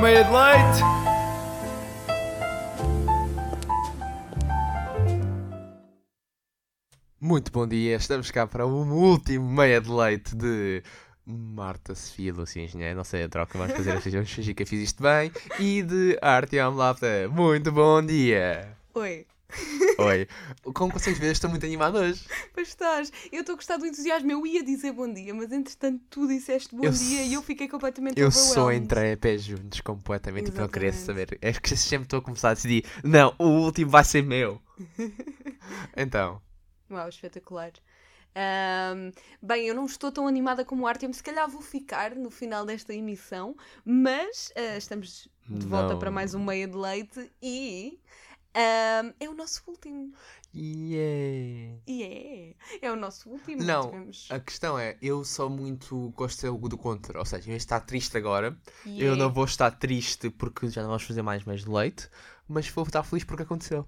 made it late. Muito bom dia, estamos cá para o último meia de leite de Marta Sofia Lúcia Engenheiro, não sei a troca, vamos fazer estas vamos fingir que eu fiz isto bem, e de Artyom Lafta. Muito bom dia! Oi, Oi, como vocês veem, estou muito animado hoje. pois estás. Eu estou a gostar do entusiasmo. Eu ia dizer bom dia, mas entretanto tu disseste bom Eu dia s- e eu fiquei completamente Eu só overwhelmed. entrei a pé juntos completamente porque eu queria Exatamente. saber. É que sempre estou a começar a decidir. Não, o último vai ser meu. então, Uau, espetacular. Ahm, bem, eu não estou tão animada como o Artem, se calhar vou ficar no final desta emissão, mas ah, estamos de volta Não. para mais um meia de leite e ahm, é o nosso último. yeah. E é, é o nosso último. Não, Tivemos- A questão é, eu sou muito gosto do contra, ou seja, em vez de estar triste agora, E eu é. não vou estar triste porque já não vamos fazer mais mês de leite, mas vou estar feliz porque aconteceu.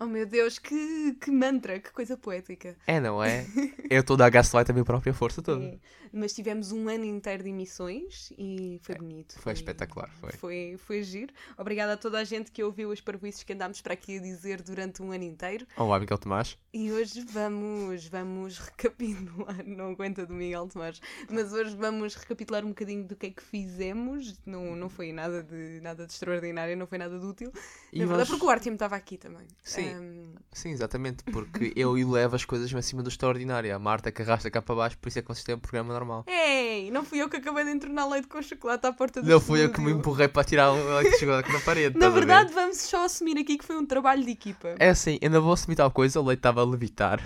Oh meu Deus, que, que mantra, que coisa poética. É, não é? eu estou a dar gaslight a minha própria força toda. É, Mas tivemos um ano inteiro de emissões e foi bonito. É, Foi espetacular, foi. Foi, foi giro. Obrigada a toda a gente que ouviu as parvoices que andámos para aqui a dizer durante um ano inteiro. Olá, Miguel Tomás. E hoje vamos, vamos recapitular. Não aguenta do Miguel Tomás. Mas hoje vamos recapitular um bocadinho do que é que fizemos. Não, não foi nada de, nada de extraordinário, não foi nada de útil. E Na nós- verdade, porque o Artem estava aqui também. Sim. Ahm, Sim, exatamente, porque eu elevo as coisas acima do extraordinário. A Marta que arrasta cá para baixo, por isso é que vocês têm um programa normal. Ei, não fui eu que acabei de entornar leite com chocolate à porta do Não fui eu que estúdio. me empurrei para tirar o leite que chegou aqui na parede. estás Na a ver? verdade, vamos só assumir aqui que foi um trabalho de equipa. É assim, ainda vou assumir tal coisa, o leite estava a levitar.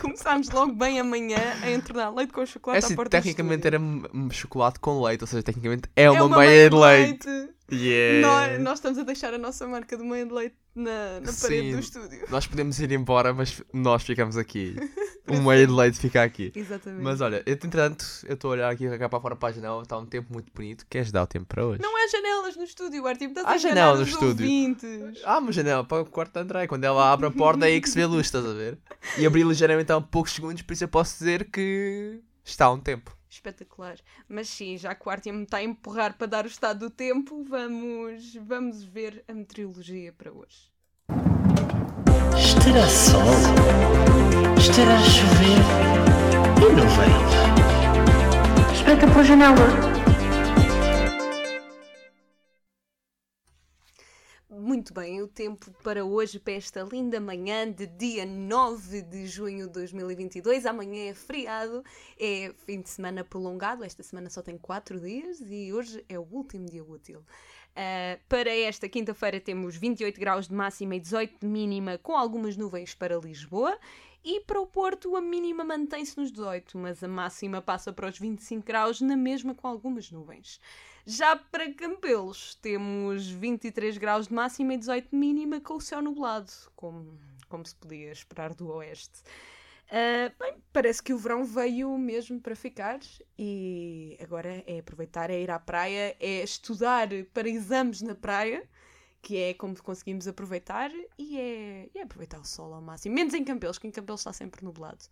Começámos logo bem amanhã a entornar leite com chocolate É à assim, porta tecnicamente do estúdio. era m- m- chocolate com leite, ou seja, tecnicamente é uma, meia meia de leite. É. Nós, Yeah! nós estamos a deixar a nossa marca de meia de leite na, na Sim. parede do estúdio. Nós podemos ir embora, mas nós ficamos aqui. O meio de leite fica aqui. Exatamente. Mas olha, eu, entretanto, eu estou a olhar aqui cá para fora para a janela, está um tempo muito bonito. Queres dar o tempo para hoje? Não há janelas no estúdio, Artim. Estás Há a janela janela no os estúdio. ouvintes. Ah, mas janela para o quarto de André. Quando ela abre a porta é aí que se vê luz, estás a ver? E abri ligeiramente há poucos segundos, por isso eu posso dizer que está há um tempo. Espetacular. Mas sim, já que o Artim me está a empurrar para dar o estado do tempo, vamos, vamos ver a meteorologia para hoje. Estará sol? Estará a chover? E não vejo. Espreita pela janela. Muito bem, o tempo para hoje, para esta linda manhã de dia 9 de junho de 2022. Amanhã é feriado, é fim de semana prolongado. Esta semana só tem 4 dias e hoje é o último dia útil. Ah, para esta quinta-feira temos 28 graus de máxima e 18 de mínima, com algumas nuvens para Lisboa. E para o Porto, a mínima mantém-se nos 18, mas a máxima passa para os 25 graus, na mesma com algumas nuvens. Já para Campelos, temos 23 graus de máxima e 18 de mínima, com o céu nublado, como, como se podia esperar do Oeste. Ah, bem, parece que o verão veio mesmo para ficar e agora é aproveitar, é ir à praia, é estudar para exames na praia, que é como conseguimos aproveitar e é, e é aproveitar o sol ao máximo. Menos em Campelos, que em Campelos está sempre nublado.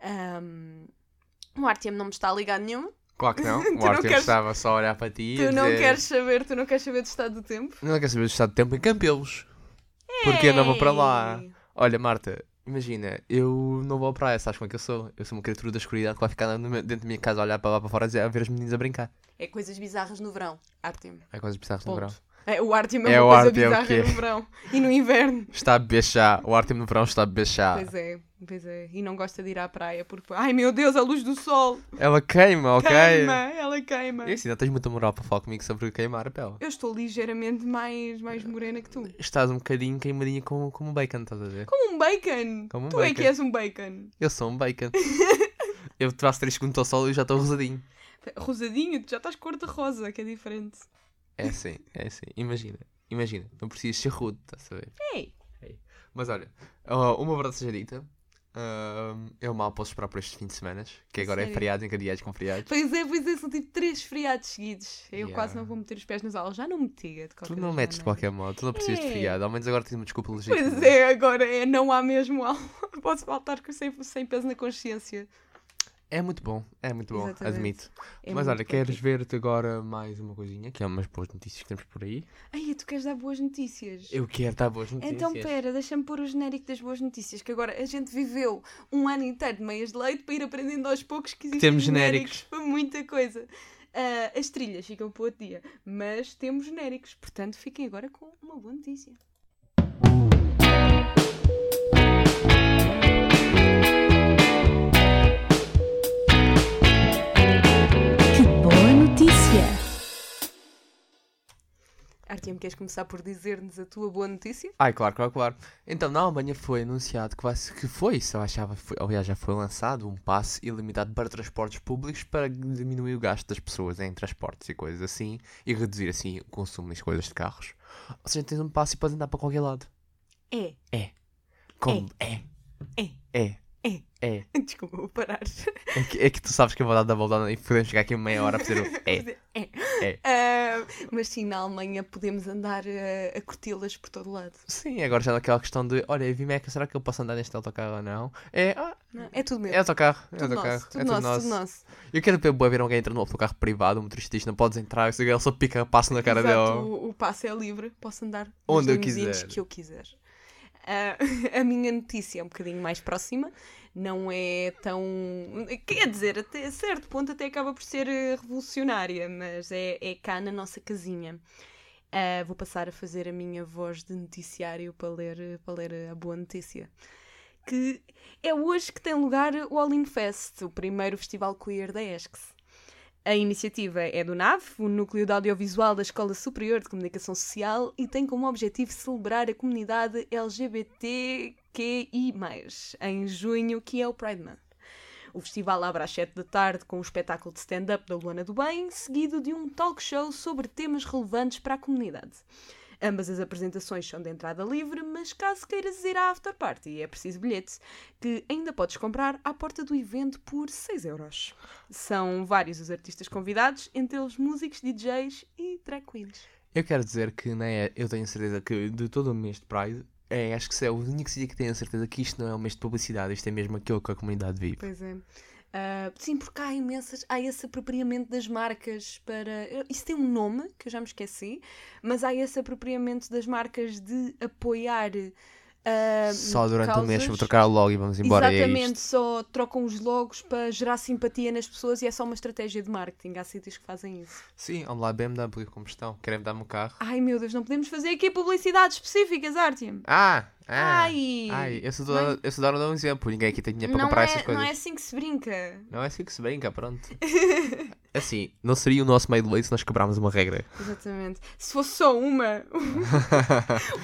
Ahm, o Artem não me está a ligar nenhuma. Claro que não. Tu O não Arthur queres- estava só a olhar para ti. e a Tu não dizer, queres saber, tu não queres saber do estado do tempo? Não quero saber do estado de tempo em Campelos. Porque eu não vou para lá. Ei! Olha, Marta, imagina, eu não vou à praia, sabes como é que eu sou? Eu sou uma criatura da escuridão que vai ficar no meu- dentro da minha casa a olhar para lá para fora a dizer- a ver os meninos a brincar. É coisas bizarras no verão, Artem. É coisas bizarras no Ponto. verão. É, o Artem é, É, o uma coisa Artem é o bizarra quê? no verão e no inverno. Está a beixar. O Artem no verão está a beixar. Pois é, pois é. E não gosta de ir à praia porque, ai meu Deus, a luz do sol Ela queima, ok? queima, ela queima. E assim, não tens muita moral para falar comigo sobre queimar a pele. Eu estou ligeiramente mais, mais morena que tu. Estás um bocadinho queimadinha como, como um bacon, estás a ver? Como um bacon. Como um tu é que bacon. és um bacon. Eu sou um bacon. eu faço 3 segundos ao sol e eu já estou rosadinho. Rosadinho, tu já estás cor de rosa, que é diferente. É assim, é assim. Imagina, imagina. Não precisas ser rude, estás a ver? Ei, Mas olha, ó, uma verdade seja dita. ahm, eu mal posso esperar por estes fins de semana, que agora é Sério? feriado, encadeados com feriados. pois é, pois é, são tipo três feriados seguidos. Eu Yeah. quase não vou meter os pés nas aulas. Já não metia de qualquer Tu não metes de maneira. qualquer modo, tu não precisas de É. feriado. Ao menos agora tens uma desculpa legítima. Pois é, agora é, não há mesmo aula. Posso faltar com sem, sem peso na consciência. É muito bom, é muito bom, Exatamente. admito. É Mas muito olha, queres bom. ver-te agora mais uma coisinha, que é umas boas notícias que temos por aí? Ai, tu queres dar boas notícias? Eu quero estar boas notícias. Então, pera, deixa-me pôr o genérico das boas notícias, que agora a gente viveu um ano inteiro de meias de leite para ir aprendendo aos poucos que existem Temos genéricos. genéricos. para muita coisa. Ah, as trilhas ficam para outro dia, mas temos genéricos, portanto fiquem agora com uma boa notícia. Que boa notícia! Artyom, queres começar por dizer-nos a tua boa notícia? Ai, claro, claro, claro. Então, na Alemanha foi anunciado que, vai, se- que foi, se eu achava, foi, aliás, já foi lançado um passe ilimitado para transportes públicos para diminuir o gasto das pessoas em transportes e coisas assim e reduzir assim o consumo das coisas de carros. Ou seja, tens um passe e podes andar para qualquer lado. É. Como? É. É. É. É. É. Desculpa, vou parar. É que, é que tu sabes que eu vou dar da volta e podemos chegar aqui meia hora a fazer o é. É. Ah, mas sim, na Alemanha podemos andar ah, a curti-las por todo lado. Sim, agora já naquela questão de, olha, Vimeca, será que eu posso andar neste autocarro ou não? É, ah, Não, é tudo é mesmo. autocarro, é tudo, autocarro, nosso, tudo, é nosso, tudo nosso. Eu quero ver bué ver alguém entrar num autocarro privado, um motorista diz, não podes entrar, isso ele só pica, passa na cara Exato, dele. o, o passo é livre, posso andar nos Onde eu limusines quiser. que eu quiser. Ah, a minha notícia é um bocadinho mais próxima, não é tão. Quer dizer, até certo ponto até acaba por ser eh, revolucionária, mas é, é cá na nossa casinha. Ah, vou passar a fazer a minha voz de noticiário para ler, eh, para ler a boa notícia. Que é hoje que tem lugar o All In Fest, o primeiro festival queer da ESCS. A iniciativa é do NAV, o Núcleo de Audiovisual da Escola Superior de Comunicação Social, e tem como objetivo celebrar a comunidade LGBTQI, em junho, que é o Pride Month. O festival abre às 7 da tarde com um espetáculo de stand-up da Luana do Bem, seguido de um talk show sobre temas relevantes para a comunidade. Ambas as apresentações são de entrada livre, mas caso queiras ir à after party, é preciso bilhete, que ainda podes comprar à porta do evento por 6 euros. São vários os artistas convidados, entre eles músicos, DJs e drag queens. Eu quero dizer que né, eu tenho certeza que de todo o mês de Pride, é, acho que isso é o único sítio que tenho a certeza que isto não é um mês de publicidade, isto é mesmo aquilo que a comunidade vive. Pois é. Ah, sim, porque há imensas. Há esse apropriamento das marcas para. eu- Isso tem um nome que eu já me esqueci, mas há esse apropriamento das marcas de apoiar. ah, Só durante o mês, causas. vou trocar logo e vamos embora, e é Exatamente, isto. só trocam os logos para gerar simpatia nas pessoas e é só uma estratégia de marketing. Há sítios que fazem isso. Sim, olá BMW, como estão? Querem dar-me um carro? Ai meu Deus, não podemos fazer aqui publicidades específicas, Artyom. Ah! ah Ai! Ai, eu sou Mãe. dono- eu sou dono de um exemplo, ninguém aqui tem dinheiro para não, comprar é, essas coisas. não é assim que se brinca. Não é assim que se brinca, pronto. assim, não seria o nosso meio de lei se nós quebrámos uma regra. Exatamente. Se fosse só uma,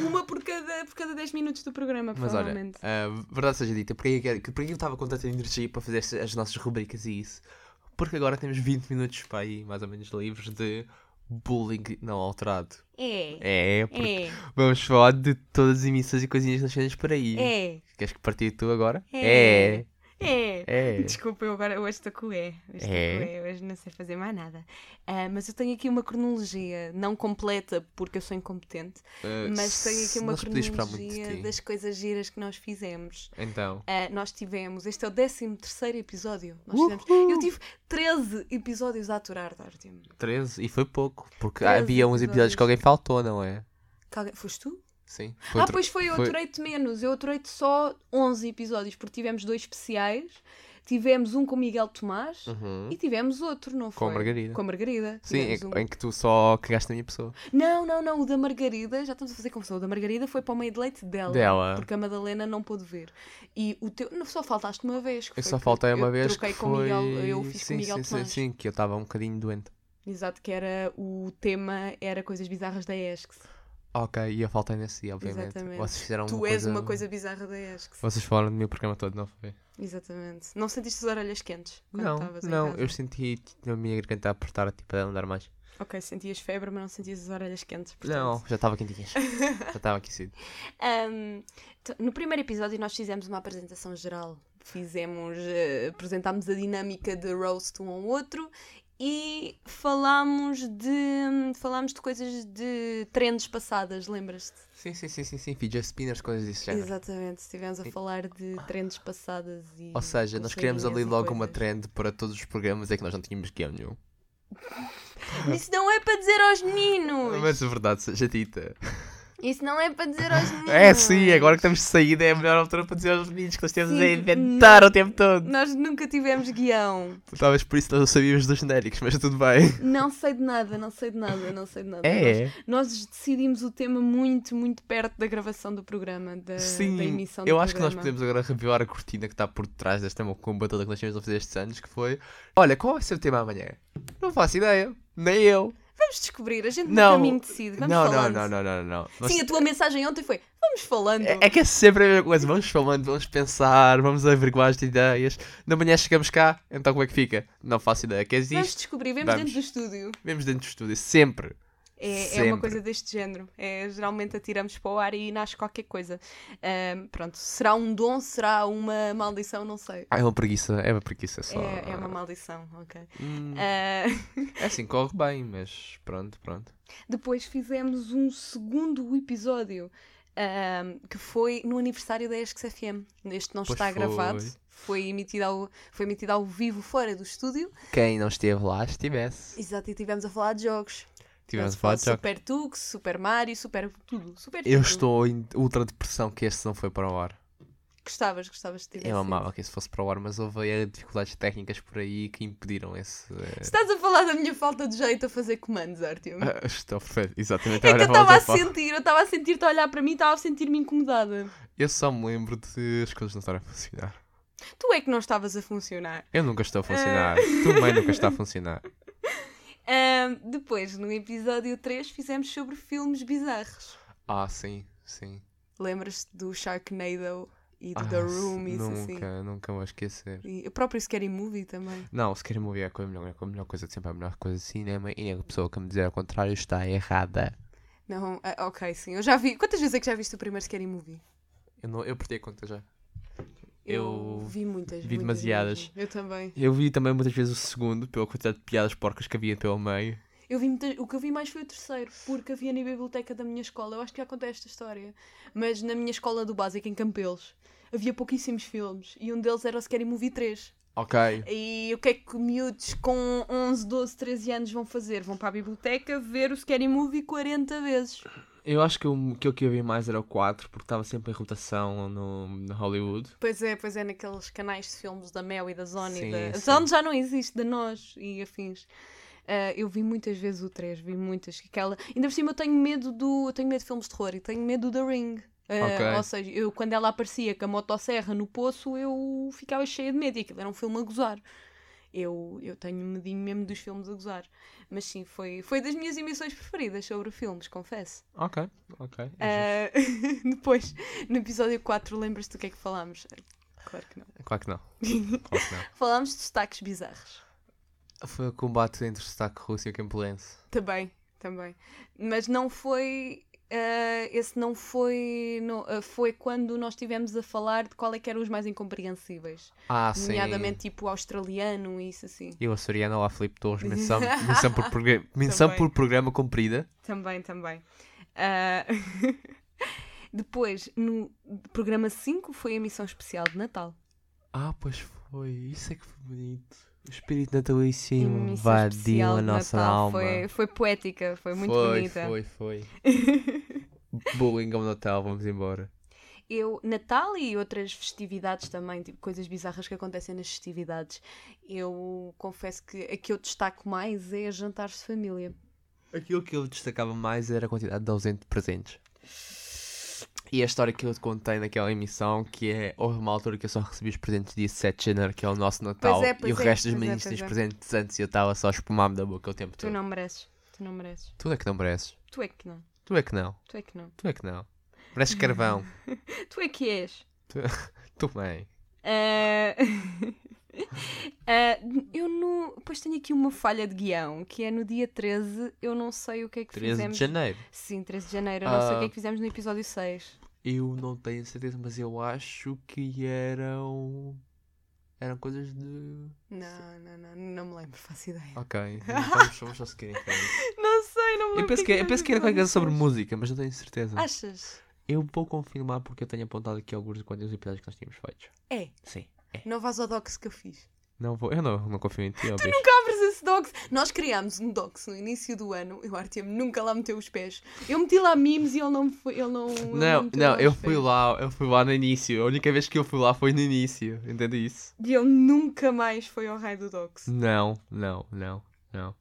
uma por cada, por cada 10 minutos do programa, Mas olha, provavelmente. ah, verdade seja dita, porque eu, quero- que- porque eu estava com tanta energia para fazer estas- as nossas rubricas e isso? Porque agora temos 20 minutos para aí, mais ou menos, livres de bullying não alterado. É. É, porque É, vamos falar de todas as emissões e coisinhas que nós temos por aí. é, Queres que partir tu agora? É. É. é. É. Desculpa, eu agora hoje estou com E. Hoje, estou É. com E, hoje não sei fazer mais nada. Ah, mas eu tenho aqui uma cronologia, não completa porque eu sou incompetente, Ah, mas tenho aqui uma nós podíamos esperar muito de cronologia ti. das coisas giras que nós fizemos. Então, Ah, nós tivemos, este é o 13 terceiro episódio. Nós fizemos- Uhul! eu tive 13 episódios a aturar, Artem. 13, e foi pouco, porque 13 havia uns episódios que episódios. alguém faltou, não é? Foste tu? Sim. foi ah, tro- pois foi, eu foi- aturei-te menos. Eu aturei-te só 11 episódios, porque tivemos dois especiais. Tivemos um com o Miguel Tomás Uhum. e tivemos outro, não Com a foi? Margarida. Com a Margarida. Sim, Tivemos um- em, em que tu só cagaste na minha pessoa. Não, não, não. O da Margarida, já estamos a fazer confusão. O da Margarida foi para o meio de leite dela. Dela. Porque a Madalena não pôde ver. E o teu. Não, só faltaste uma vez. que Eu foi só que faltei uma eu vez troquei que com o foi... Miguel, eu fiz com sim, o Miguel sim, sim, Tomás. sim, que eu estava um bocadinho doente. Exato, que era o tema era coisas bizarras da ESCS. Ok, e eu faltei nesse dia, obviamente. Exatamente. Vocês fizeram tu uma és coisa... uma coisa bizarra da ESCS. Vocês falaram do meu programa todo, não foi? Exatamente. Não sentiste as orelhas quentes? quando não, estavas em não, casa? eu senti tipo, a minha garganta a apertar, tipo, a não dar mais. Ok, sentias febre, mas não sentias as orelhas quentes. Não, portanto. já estava quentinha. já estava aquecido. Ahm, t- no primeiro episódio nós fizemos uma apresentação geral. Fizemos, eh, apresentámos a dinâmica de roast um ao outro e falámos de, falámos de coisas de trends passadas, lembras-te? Sim, sim, sim, sim, sim. Fidget spinners, coisas desse género. Exatamente, estivemos a E- falar de trends passadas e. Ou seja, nós criamos ali consumidores e logo uma coisas. trend para todos os programas, é que nós não tínhamos guião nenhum. Isso não é para dizer aos meninos! Mas a verdade seja dita. Isso não é para dizer aos meninos! É sim, agora que estamos de saída é a melhor altura para dizer aos meninos que nós temos a Sim, inventar o tempo todo. Nós nunca tivemos guião. Talvez por isso nós não sabíamos dos genéricos, mas tudo bem. Não sei de nada, não sei de nada, não sei de nada. Nós, É, nós decidimos o tema muito, muito perto da gravação do programa, da, eh, da sim. emissão do Eu acho que nós programa. podemos agora revelar a cortina que está por trás desta macumba toda que nós tivemos a fazer estes anos, que foi... Olha, qual vai ser o tema amanhã? Não faço ideia. Nem eu. Vamos descobrir, a gente no Não. caminho decide. Vamos não, não, falando. não, não, não, não. Nós- Sim, a tua mensagem ontem foi: vamos falando. É, é que é sempre a mesma coisa. Vamos falando, vamos pensar, vamos averiguar as ideias. Na manhã chegamos cá, então como é que fica? Não faço ideia. Que vamos existe, descobrir, vemos Vamos. dentro do estúdio. vemos dentro do estúdio, sempre. É, é Sempre. uma coisa deste género. É, geralmente atiramos para o ar e nasce qualquer coisa. Ahm, pronto, será um dom, será uma maldição, não sei. Ah, é uma preguiça, é uma preguiça só. É, é uma maldição, ok. Hum, Ah, é assim, corre bem, mas pronto, pronto. depois fizemos um segundo episódio ahm, que foi no aniversário da ESC-FM. Este não Pois foi. está gravado, foi emitido, ao, foi emitido ao vivo fora do estúdio. Quem não esteve lá, estivesse. Exato, e tivemos a falar de jogos. Tivemos Nós a falar de falamos jogo. Super Tux, Super Mario, Super tudo. Super Eu tudo. estou em ultra depressão que este não foi para o ar. Gostavas, gostavas de ter Eu amava que esse fosse para o ar, mas houve eh, dificuldades técnicas por aí que impediram esse. eh, Estás a falar da minha falta de jeito a fazer comandos, Artyom. Ah, Estou perfeito, exatamente. é que Olha, eu estava a volta ao papo. sentir, eu estava a sentir-te a olhar para mim, estava a sentir-me incomodada. Eu só me lembro de as coisas não estarem a funcionar. Tu é que não estavas a funcionar. Eu nunca estou a funcionar. Tu também nunca está a funcionar. Ahm, depois, no episódio 3, fizemos sobre filmes bizarros. Ah, sim, sim. Lembras-te do Sharknado e do ah, The se- Room, isso Nunca, nunca vou esquecer. assim. E o próprio Scary Movie também. Não, se querem movie é a coisa melhor, é a melhor coisa de sempre, é a melhor coisa de cinema e a pessoa que me dizer ao contrário está errada. Não, ah, ok, sim. Eu já vi. Quantas vezes é que já viste o primeiro Scary Movie? Eu, não, eu perdi a conta já. Eu vi muitas. vi muitas demasiadas. mesmo. Eu também. Eu vi também muitas vezes o segundo, pela quantidade de piadas porcas que havia pelo meio. Eu vi muitas- O que eu vi mais foi o terceiro, porque havia na biblioteca da minha escola. Eu acho que já contei esta história. Mas na minha escola do básico, em Campelos, havia pouquíssimos filmes. E um deles era o Scary Movie 3. Ok. E o que é que miúdos com 11, 12, 13 anos vão fazer? Vão para a biblioteca ver o Scary Movie 40 vezes. Eu acho que o que eu queria ver mais era o 4, porque estava sempre em rotação no, no Hollywood. Pois é, pois é, naqueles canais de filmes da Mel e da Zona e Sim, da... A sim. Zona já não existe, da Nós e afins. Ah, eu vi muitas vezes o 3, vi muitas. que Aquela... Ainda por cima eu tenho medo do... Eu tenho medo de filmes de terror e tenho medo do The Ring. Ah, Ok. Ou seja, eu, quando ela aparecia com a motosserra no poço, eu ficava cheia de medo e aquilo era um filme a gozar. Eu, eu tenho um medinho mesmo dos filmes a gozar. Mas sim, foi, foi das minhas emissões preferidas sobre filmes, confesso. Ok, ok. É Ah, depois, no episódio 4, lembras-te do que é que falámos? Claro que não. Claro que não. Claro que não. Falámos de destaques bizarros. Foi o combate entre o sotaque russo e o campolense. Também, também. Mas não foi. ah, esse não foi. não- ah, foi quando nós estivemos a falar de qual é que eram os mais incompreensíveis. Ah, sim. Nomeadamente tipo australiano e isso assim. E o açoriano lá, Filipe Torres, menção, menção, por, progra- menção Também. por programa cumprida. Também, também. Ah, Depois, no programa 5 foi a emissão especial de Natal. Ah, pois foi. Isso é que foi bonito. O espírito natalício Emissão invadiu especial a de nossa Natal. alma. Foi, foi poética, foi muito foi, bonita. Foi, foi, Bullying ao Natal, vamos embora. eu, Natal e outras festividades também, tipo coisas bizarras que acontecem nas festividades, eu confesso que a que eu destaco mais é jantares de família. Aquilo que eu destacava mais era a quantidade de ausente de presentes. E a história que eu te contei naquela emissão, que é, houve uma altura que eu só recebi os presentes dia 7 de janeiro, que é o nosso Natal, é, e pois o é, resto dos pois é, meninos tinha pois os é. presentes antes e eu estava só a espumar-me da boca o tempo Tu todo. não mereces, tu não mereces. Tu é que não mereces. Tu é que não, Tu é que não. tu é que não. Tu é que não. Mereces carvão. Tu é que és. tu bem. Ah, ah, eu não. Pois tenho aqui uma falha de guião, que é no dia 13, eu não sei o que é que 13 fizemos. de janeiro. Sim, 13 de janeiro, eu não sei o que é Ah. que fizemos no episódio 6. Eu não tenho certeza, mas eu acho que eram. Eram coisas de. Não, não, não, não me lembro, faço ideia. Ok, vamos, vamos só seguir em frente. Não sei, não me lembro. Eu o penso que, era eu penso que era dos qualquer coisa sobre dinossauros. música, mas não tenho certeza. Ah. Achas? Eu vou confirmar porque eu tenho apontado aqui alguns de quantos episódios que nós tínhamos feito. É, Sim. não vás ao dox que eu fiz. Não vou. Eu não, não confio em ti, ó bicho. Nunca abres esse dox. Nós criámos um dox no início do ano e o Artem nunca lá meteu os pés. Eu meti lá memes e ele não me foi. Ele não, ele Não, meteu não, lá eu os fui pés. lá, eu fui lá no início. A única vez que eu fui lá foi no início, entende isso? E ele nunca mais foi ao raio do dox. Não, não, não, não.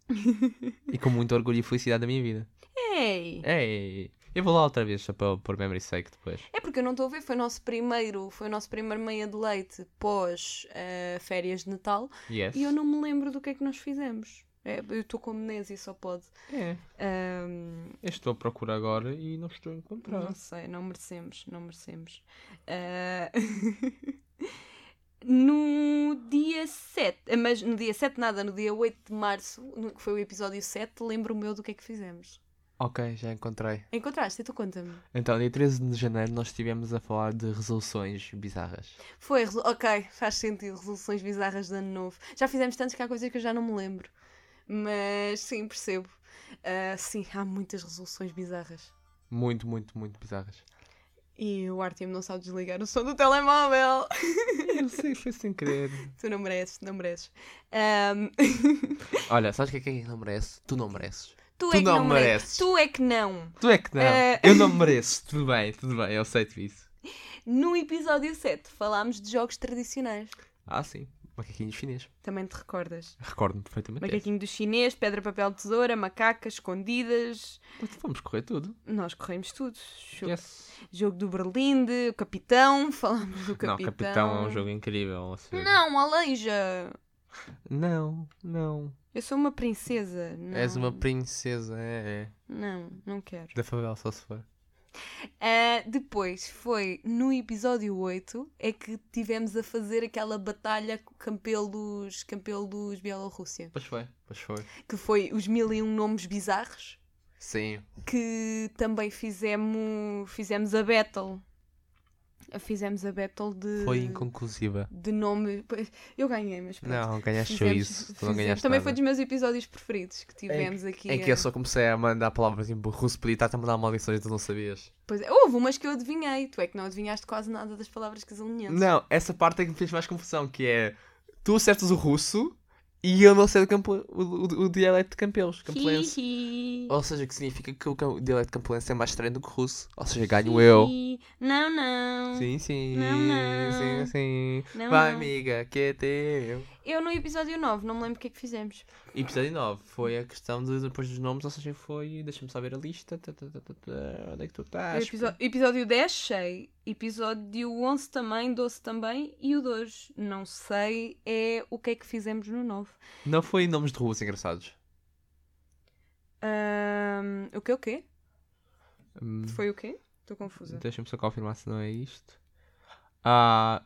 e com muito orgulho e felicidade da minha vida. Ei! Ei, eu vou lá outra vez só para por memory sake depois. É porque eu não estou a ver, foi o nosso primeiro, foi o nosso primeiro meia de leite pós eh, férias de Natal Yes. e eu não me lembro do que é que nós fizemos. É, eu estou com amnésia, só pode. É, Ahm, eu estou a procurar agora e não estou a encontrar. não sei, não merecemos, não merecemos. Ah, no dia 7, mas no dia 7 nada, no dia 8 de março, no- que foi o episódio 7, lembro-me eu do que é que fizemos. Ok, já encontrei. Encontraste? Então conta-me. Então, dia 13 de janeiro nós estivemos a falar de resoluções bizarras. Foi, resolu- ok, faz sentido, resoluções bizarras de ano novo. Já fizemos tantas que há coisas que eu já não me lembro. Mas sim, percebo. Ah, sim, há muitas resoluções bizarras. Muito, muito, muito bizarras. E o Artem não sabe desligar o som do telemóvel. Eu não sei, foi sem querer. tu não mereces, não mereces. Ahm, Olha, sabes o que é que não merece? Tu não mereces. tu, Tu é que não não, mereces. mereces. Tu é que não. Tu é que não. Eh. Eu não mereço. Tudo bem, tudo bem, eu aceito isso. No episódio 7 falámos de jogos tradicionais. Ah, sim. Macaquinhos chinês. Também te recordas? Recordo-me perfeitamente. Macaquinho do chinês, pedra, papel, tesoura, macacas, escondidas. Desse. Vamos correr tudo. Nós corremos tudo. Jogo Yes. Jogo do Berlinde, o Capitão, falamos do Capitão. Não, Capitão é um jogo incrível. a sério. Não, Aleija! Não, não. Eu sou uma princesa. Não, És uma princesa, é, é. Não, não quero. Da favela, só se for. Ah, depois foi no episódio 8 é que tivemos a fazer aquela batalha com Campelos, Campelos Bielorrússia. Pois foi, pois foi. Que foi os mil e um nomes bizarros. Sim. Que também fizemos, fizemos a battle. Fizemos a battle de... Foi inconclusiva. de nome. Eu ganhei, mas pronto. Não, ganhaste só Fizemos- isso. Tu não fizemos- ganhaste Também nada. foi dos meus episódios preferidos que tivemos aqui. É que eu só comecei a mandar palavras em russo, podia estar a mandar maldições e tu não sabias. Pois é, houve umas que eu adivinhei. Tu é que não adivinhaste quase nada das palavras casalinhenses. Não, essa parte é que me fez mais confusão, que é... Tu acertas o russo e eu não sei o, campo, o, o- o dialeto de Campelos, campelense. Hihi. Ou seja, que significa que o cam- dialeto campelense é mais estranho do que o russo. Ou seja, ganho eu. Hihi. Não, não. Sim, sim. Não, Sim, não. sim. Não, Vai, não. amiga, que é teu. Eu no episódio 9, não me lembro o que é que fizemos. Episódio 9 foi a questão de depois dos nomes, ou seja, foi. Deixa-me saber a lista. tá, tá, tá, tá, tá, Onde é que tu estás? Episo- Episódio 10, sei. Episódio 11 também, 12 também. E o 2, não sei, é o que é que fizemos no 9. Não foi nomes de ruas engraçados. Ahm, o que o quê? Hum, Foi o quê? Estou confusa. Deixa-me só confirmar se não é isto. Ah,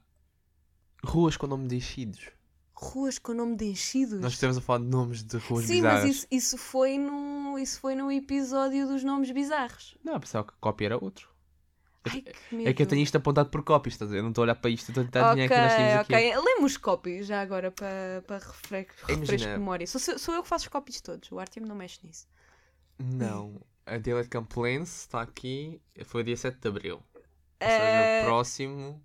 ruas com nome de enchidos. Ruas com nome de enchidos? Nós estivemos a falar de nomes de ruas é. Sim, bizarras. mas isso, isso, foi no, isso foi no episódio dos nomes bizarros. Não, eu pensava que cópia era outro. Ai, que medo. É que eu tenho isto apontado por cópias, estás a ver? Eu não estou a olhar para isto, estou a tentar Ok, adivinhar que nós temos aqui. ok. Lemos cópias já agora para, para refre- refresco Imagina. de memória. Sou, sou- sou eu que faço os cópias todos. O Artem não mexe nisso. um- Não. A dialeto campelense está aqui. Foi dia 7 de abril. Ou Eh, seja, próximo.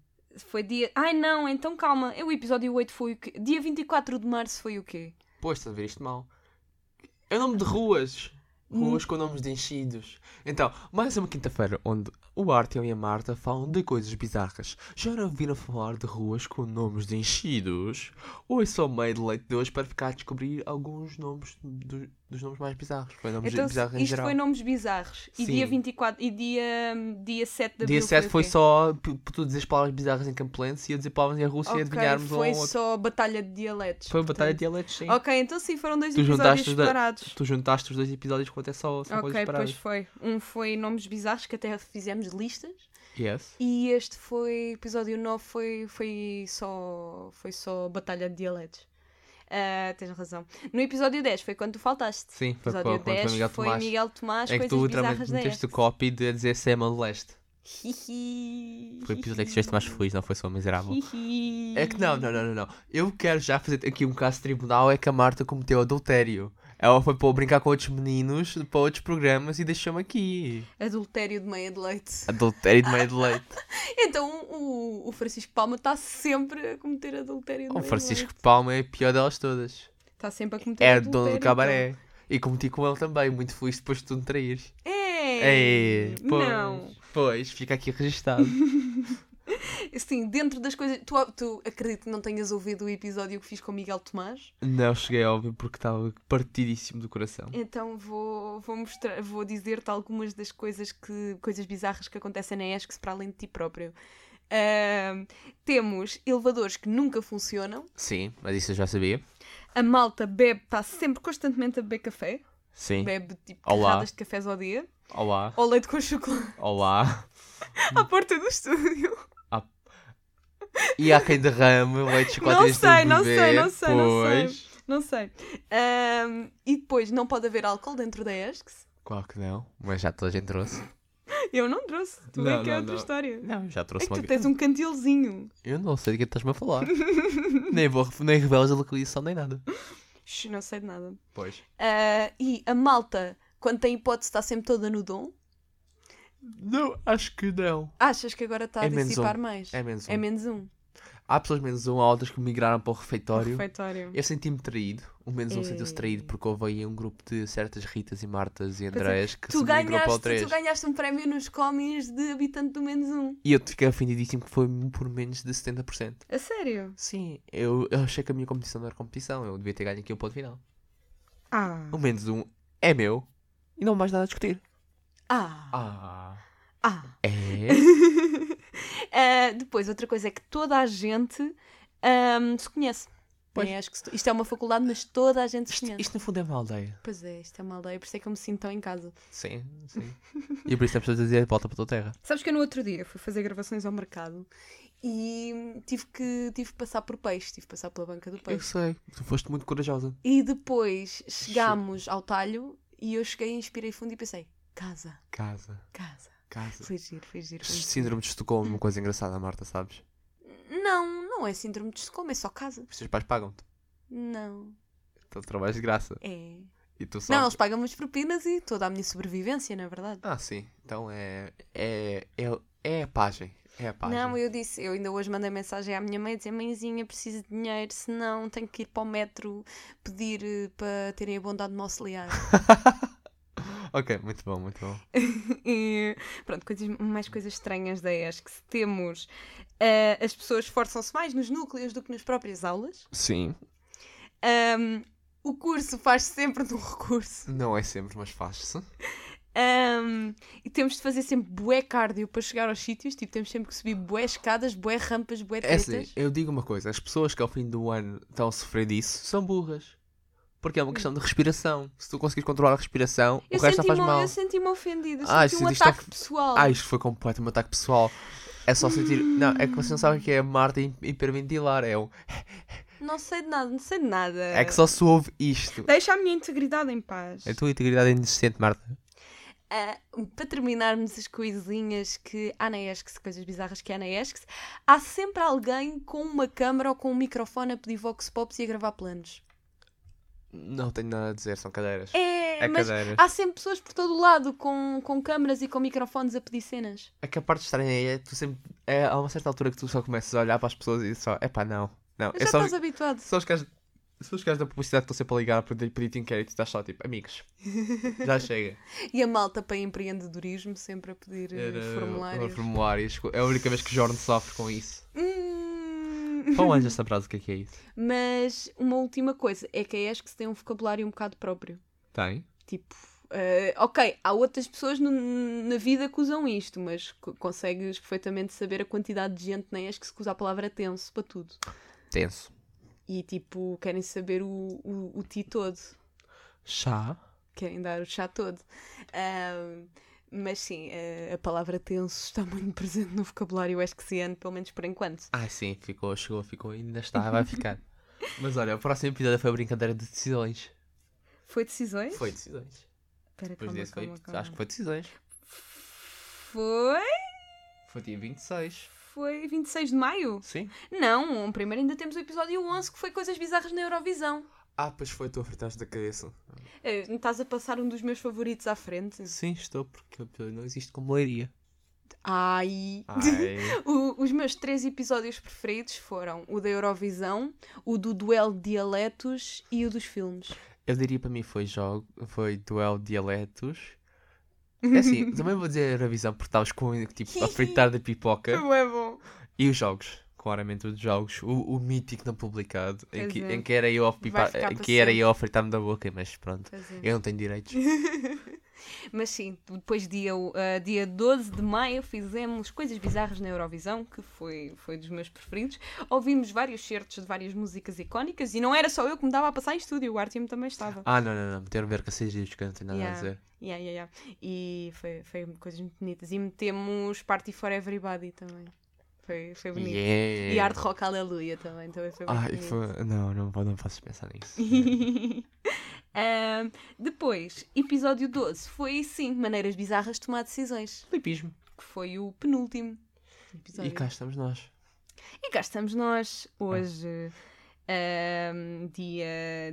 Foi dia. Ai não, então calma. O episódio 8 foi o quê? Dia 24 de março foi o quê? Pois, estás a ver isto mal. É nome de ruas. Ruas com nomes de enchidos. Então, mais uma quinta-feira onde o Artem e a Marta falam de coisas bizarras. Já não ouviram falar de ruas com nomes de enchidos? Ou é só meio de leite de hoje para ficar a descobrir alguns nomes do- dos nomes mais bizarros? Foi nomes Então, bizarros em isto geral. foi nomes bizarros. E Sim. dia 24 e dia, hum, dia 7 de abril. Dia 7 foi o quê? só p- por tu dizeres palavras bizarras em Campelense e eu dizer palavras em russo e Ok, adivinharmos um ao Foi outro. só batalha de dialetos. Foi uma batalha de portanto. dialetos, sim. Ok, então sim, foram dois Tu episódios juntaste os da- separados. Tu juntaste os dois episódios com até só são coisas Ok, pois separadas. foi. Um foi nomes bizarros que até fizemos listas. Yes. E este foi, episódio 9 foi, foi, só, foi só batalha de dialetos. Ah, tens razão. No episódio 10 foi quando tu faltaste. Sim, foi episódio quando foi Miguel foi Tomás. Miguel Tomás, É que coisas tu literalmente bizarras da meteste este. o copy de dizer Sema do é Leste. Hihi. Foi o episódio em que estiveste mais feliz, não foi só miserável. Hihi. É que não, não, não, não, não. Eu quero já fazer aqui um caso de tribunal, é que a Marta cometeu adultério. Ela foi para brincar com outros meninos, para outros programas e deixou-me aqui. Adultério de meia de leite. Adultério de meio de leite. Então o, o Francisco Palma está sempre a cometer adultério de O meia de Oh, Francisco Palma é a pior delas todas. leite. Está sempre a cometer É adultério. dono do então. cabaré. E cometi com ele também, muito feliz depois de tu me traíres. É. É, pois, Não. pois, fica aqui registado. Assim, dentro das coisas. Tu, tu acredito que não tenhas ouvido o episódio que fiz com o Miguel Tomás? não cheguei a ouvir porque estava partidíssimo do coração. Então vou, vou mostrar, vou dizer-te algumas das coisas que coisas bizarras que acontecem na ESCS para além de ti próprio. Ahm, temos elevadores que nunca funcionam, Sim, mas isso eu já sabia. a malta bebe, está sempre constantemente a beber café, Sim. bebe tipo Olá. carradas de cafés ao dia, Olá. ou leite com chocolate Olá. à porta do estúdio. E há quem derrame o leite de chocolate Não antes de sei, não beber, sei, não sei, não sei. pois. Não sei. Ahm, e depois não pode haver álcool dentro da ESCS. Claro que não, mas já toda a gente trouxe. Eu não trouxe, tu é Não, que é não, outra não. história. Não, já É trouxe que tu uma... tens um cantilzinho. Eu não sei de que estás-me a falar. nem, vou, nem revelas a localização nem nada. Shhh, não sei de nada. Pois. Ah, e a malta, quando tem hipótese, está sempre toda no dom. Não, acho que não. Achas que agora está a É menos dissipar um. mais? É menos um. É menos um. Há pessoas menos um, há outras que migraram para o refeitório. Refeitório. Eh. Eu senti-me traído. O menos um sentiu-se traído porque houve aí um grupo de certas Ritas e Martas e é, Andrés que um Tu se migrou para o ganhaste, 3. tu ganhaste um prémio nos comes de habitante do menos um. E eu fiquei ofendidíssimo que foi por menos de 70%. A sério? Sim, eu, eu achei que a minha competição não era competição. Eu devia ter ganho aqui o ponto final. Ah. O menos um é meu e não há mais nada a discutir. Ah. Ah. Ah. É. Ah, depois, outra coisa é que toda a gente ahm, se conhece. Pois. É, acho que se- isto é uma faculdade, mas toda a gente se Isto, conhece. isto no fundo é uma aldeia. Pois é, isto é uma aldeia, por isso é que eu me sinto tão em casa. Sim, sim. e por isso é preciso dizer volta para a tua terra. Sabes que eu no outro dia fui fazer gravações ao mercado e hum, tive que tive que passar por peixe, tive que passar pela banca do Eu peixe. sei, tu foste muito corajosa. E depois chegámos ao talho e eu cheguei, inspirei fundo e pensei: casa, Casa, casa. casa. Foi giro, foi giro. Foi giro. Síndrome de Estocolmo, uma coisa engraçada, Marta, sabes? Não, não é síndrome de Estocolmo, é só casa. Os teus pais pagam-te. Não, Então trabalhas de graça. é. E tu Não, sabes. eles pagam as propinas e toda a minha sobrevivência, na verdade. Ah, sim. Então é. É. É, é a página. É a página. Não, eu disse, eu ainda hoje mandei mensagem à minha mãe a dizer: Mãezinha, preciso de dinheiro, senão tenho que ir para o metro pedir eh, para terem a bondade de me auxiliar. Ok, muito bom, muito bom. E, pronto, coisas, mais coisas estranhas da ESC. Temos eh, as pessoas esforçam-se mais nos núcleos do que nas próprias aulas. Sim. Ahm, o curso faz sempre de um recurso. Não é sempre, mas faz-se. Ahm, e temos de fazer sempre bué cardio para chegar aos sítios. Tipo, temos sempre que subir bué escadas, bué rampas, bué É tretas. assim, eu digo uma coisa: as pessoas que ao fim do ano estão a sofrer disso são burras. Porque é uma questão de respiração. Se tu conseguires controlar a respiração, eu o resto não faz senti-me mal. eu senti-me ofendida, Ah, senti um sentiste of- ataque pessoal. Ah, isto foi completo, um ataque pessoal. É só sentir. Não, é que você não sabe o que é a Marta hi- hiperventilar. É, um... Não sei de nada, não sei de nada. é que só se ouve isto. Deixa a minha integridade em paz. A tua integridade é inexistente, Marta. Ah, para terminarmos as coisinhas que há na ESCS, coisas bizarras que há na ESCS, há sempre alguém com uma câmara ou com um microfone a pedir vox pops e a gravar planos. Não tenho nada a dizer, são cadeiras. É, É mas cadeiras. há sempre pessoas por todo o lado com, com câmaras e com microfones a pedir cenas. É que a parte estranha é tu sempre. É, há uma certa altura que tu só começas a olhar para as pessoas e só. Epá, não. Não. Mas É já só, estás habituado. só os gajos. São os gajos da publicidade que estão sempre a ligar para pedir- pedir-te inquérito e estás só tipo, amigos. Já chega. E a malta para empreendedorismo sempre a pedir eh, Era- formulários. formulários. É a única vez que Jordan sofre com isso. Hum. Para onde já sabrás o que é que é isso? Mas uma última coisa é que a ESCS tem um vocabulário um bocado próprio. Tem. Tipo, eh, ok, há outras pessoas no- na vida que usam isto, mas co- consegues perfeitamente saber a quantidade de gente nem és que se usa a palavra tenso para tudo. Tenso. E tipo, querem saber o, o, o ti todo, Chá. querem dar o chá todo. Ahm, mas sim, eh, a palavra tenso está muito presente no vocabulário esqueciano, pelo menos por enquanto. Ah, sim, ficou, chegou, ficou, ainda está, vai ficar. Mas olha, o próximo episódio foi a brincadeira de decisões. Foi decisões? Foi decisões. Espera, Depois calma, desse calma, foi, calma. acho que foi decisões. Foi? Foi dia 26. Foi 26 de maio? Sim. Não, primeiro ainda temos o episódio 11 que foi Coisas Bizarras na Eurovisão. Ah, pois foi, tu apertaste da cabeça. Eh, Estás a passar um dos meus favoritos à frente. Sim, estou, porque não existe como leiria. Ai! Ai. O- os meus três episódios preferidos foram o da Eurovisão, o do duelo de dialetos e o dos filmes. Eu diria para mim foi jogo, foi duelo de dialetos. É assim, também vou dizer a visão porque estavas com tipo a fritar da pipoca é bom. e os jogos. Claramente os jogos, o, o mítico não publicado, em Pois que, é. em que era eu a, pipa- ficar em para que era sempre. eu a fritar-me da boca, mas pronto, Pois é. eu não tenho direitos. Mas sim, depois dia, ah, dia 12 de maio fizemos Coisas Bizarras na Eurovisão, que foi, foi dos meus preferidos. Ouvimos vários certos de várias músicas icónicas e não era só eu que me dava a passar em estúdio, o Artyom também estava. Ah, não, não, não, meter ver que seis dias que eu não tenho nada Yeah. a dizer. Yeah, yeah, yeah. E foi, foi coisas muito bonitas. E metemos Party for Everybody também. Foi, foi bonito. Yeah. E Hard Rock Aleluia também, também foi muito Ai, bonito. foi... não, não, vou- não posso pensar nisso. Ahm, depois, episódio 12, foi sim, maneiras bizarras de tomar decisões, Flipismo. que foi o penúltimo E episódio. cá Ah. estamos nós. E cá estamos nós hoje, ahm, dia,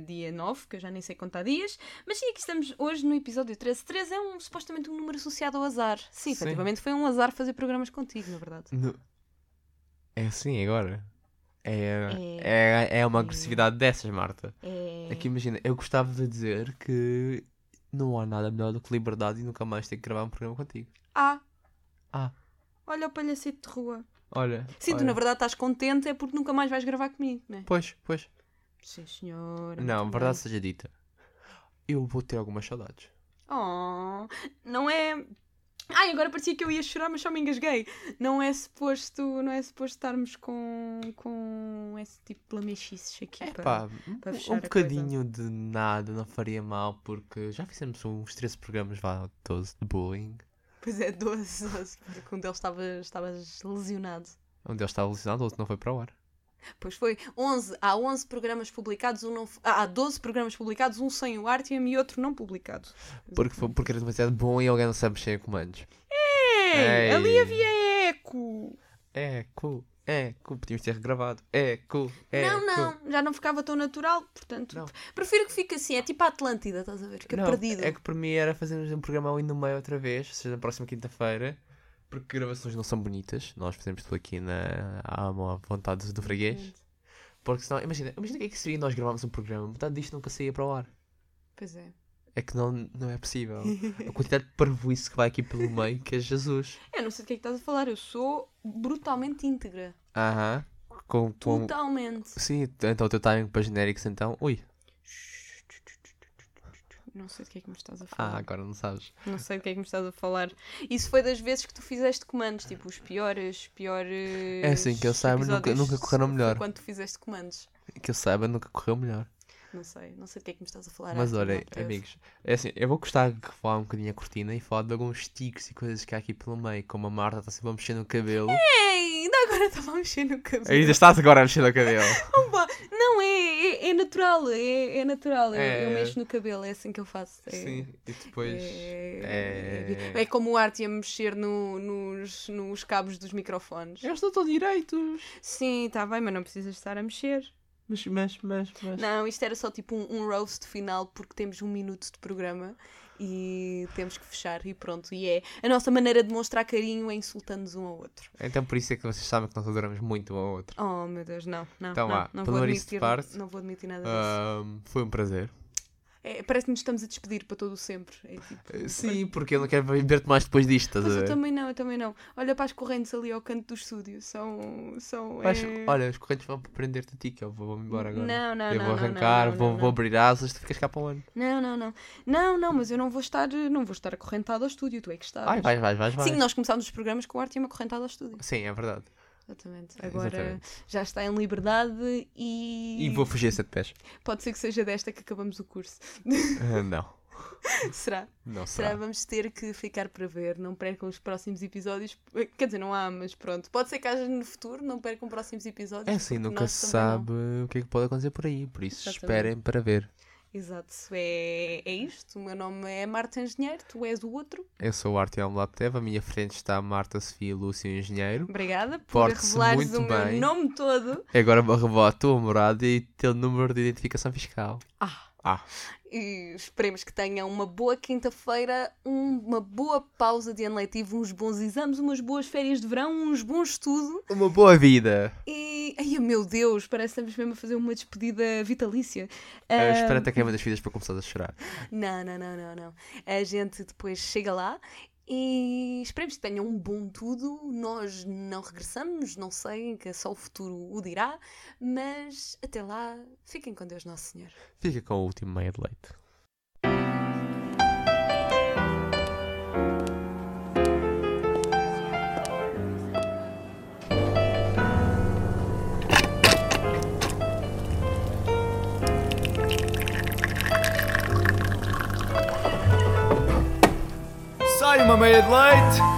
dia 9, que eu já nem sei contar dias, mas sim, aqui estamos hoje no episódio 13. 13 é um, supostamente um número associado ao azar. Sim, Sim. efetivamente foi um azar fazer programas contigo, na verdade. No- É assim agora. É, É. é... é uma agressividade dessas, Marta. É... É que imagina, eu gostava de dizer que não há nada melhor do que liberdade e nunca mais ter que gravar um programa contigo. Ah! Ah. Olha o palhacete de rua. Olha. Sim, tu olha. na verdade estás contente é porque nunca mais vais gravar comigo, não é? Pois, pois. Sim, senhora. não, muito verdade bem. seja dita. Eu vou ter algumas saudades. Oh, não é. Ai, agora parecia que eu ia chorar, mas só me engasguei. Não é suposto, não é suposto estarmos com, com esse tipo de lamechices aqui. É pá. pá, para um- fechar um a coisa. bocadinho de nada não faria mal, porque já fizemos uns 13 programas, vá, 12 de bullying, Pois é, 12, 12, porque um deles estava, estavas lesionado. onde ele Um estava alucinado, o outro não foi para o ar. Pois foi, 11, há 11 programas publicados, um não, há 12 programas publicados, um sem o Artyom e outro não publicado. Porque, foi- porque era demasiado bom e alguém não sabe mexer em comandos. Ei, Ei. ali havia eco! É, cool, é, cool, podíamos ter regravado. É, cool, é, não, cool. não, já não ficava tão natural, portanto, Não. prefiro que fique assim, é tipo a Atlântida, estás a ver? Fica Não, perdido. É que para mim era fazermos um programa ali no meio outra vez, ou seja, na próxima quinta-feira, porque gravações não são bonitas, nós fazemos tudo aqui na à má vontade do freguês. Porque senão, imagina, imagina o que é que seria nós gravarmos um programa, metade disto nunca saía para o ar. Pois é. É que não, não é possível. A quantidade de parvoíce que vai aqui pelo meio, que é Jesus. Eu não sei do que é que estás a falar, eu sou brutalmente íntegra. Aham. Com, com... Totalmente. Sim, t- então o teu timing para genéricos, então. Ui. Não sei do que é que me estás a Ah, falar. agora não sabes. Não sei do que é que me estás a falar. Isso foi das vezes que tu fizeste comandos, tipo, os piores, piores. É assim, que eu saiba, nunca- nunca correram melhor. Quando tu fizeste comandos. Que eu saiba, nunca correu melhor. Não sei, não sei do que é que me estás a falar. Mas Arthur, olhem, não te ouço. amigos, é assim, eu vou gostar de falar um bocadinho a cortina e falar de alguns tiques e coisas que há aqui pelo meio, como a Marta está sempre a mexer no cabelo. Ei, ainda agora estava a mexer no cabelo. É. Ainda estás agora a mexer no cabelo. Opa, Não, é, é, é natural, é, é natural. Eu, É. eu mexo no cabelo, é assim que eu faço. É, Sim, e depois. É, é- é como o arte a mexer no- nos, nos cabos dos microfones. Eu estou tão direitos. Sim, está bem, mas não precisas estar a mexer. Mas, mas, mas, mas. Não, isto era só tipo um, um roast final, porque temos um minuto de programa e temos que fechar e pronto. E é a nossa maneira de mostrar carinho é insultando-nos um ao outro. Então por isso é que vocês sabem que nós adoramos muito um ao outro. Oh meu Deus, não, não. Então não, vá, não pelo isso de parte. Não vou admitir nada disso. Ahm, foi um prazer. É, parece que nos estamos a despedir para todo o sempre. É tipo, Eh, Sim, porque eu não quero ver-te mais depois disto, estás Mas a eu ver? também não, eu também não. Olha para as correntes ali ao canto do estúdio, são. são Mas, é- olha, os correntes vão prender-te a ti, que eu vou- vou-me embora agora. Não, não, eu não, vou não, não, arrancar, não, vou, não, vou não. abrir asas, tu ficas cá para o ano. Não, não, não. Não, não, mas eu não vou estar, não vou estar acorrentada ao estúdio, tu é que estás. Ai, vais, vais, vais, vais. Sim, nós começámos os programas com o Artyom acorrentado ao estúdio. Sim, é verdade. Exatamente. É, Agora exatamente. já está em liberdade e... E vou fugir a sete pés. pode ser que seja desta que acabamos o curso. Ah, não, Será? não Será? será. Vamos ter que ficar para ver. Não percam os próximos episódios. Eh, Quer dizer, não há, mas pronto. Pode ser que haja no futuro, não percam próximos episódios. É assim, porque nunca nós se também não. sabe o que é que pode acontecer por aí, por isso Exatamente. esperem para ver. Exato, é, é isto. O meu nome é Marta Engenheiro, tu és o outro. Eu sou o Artyom Laptev, à minha frente está a Marta Sofia Lúcio Engenheiro. Obrigada por Porte-se revelares muito o meu bem. nome todo. E Agora me revelar a tua morada e teu número de identificação fiscal. Ah. Ah, E esperemos que tenham uma boa quinta-feira, um- uma boa pausa de ano letivo, uns bons exames, umas boas férias de verão, uns bons estudo. uma boa vida. E. Ai, meu Deus, parece que estamos mesmo a fazer uma despedida vitalícia. Eu Ah, espero até que é uma das vidas para começar a chorar. Não, não, não, não, não. A gente depois chega lá e esperemos que tenham um bom tudo. Nós não regressamos, não sei, que só o futuro o dirá, mas até lá, fiquem com Deus Nosso Senhor. Fica com o último meia de leite. Sai uma meia de leite!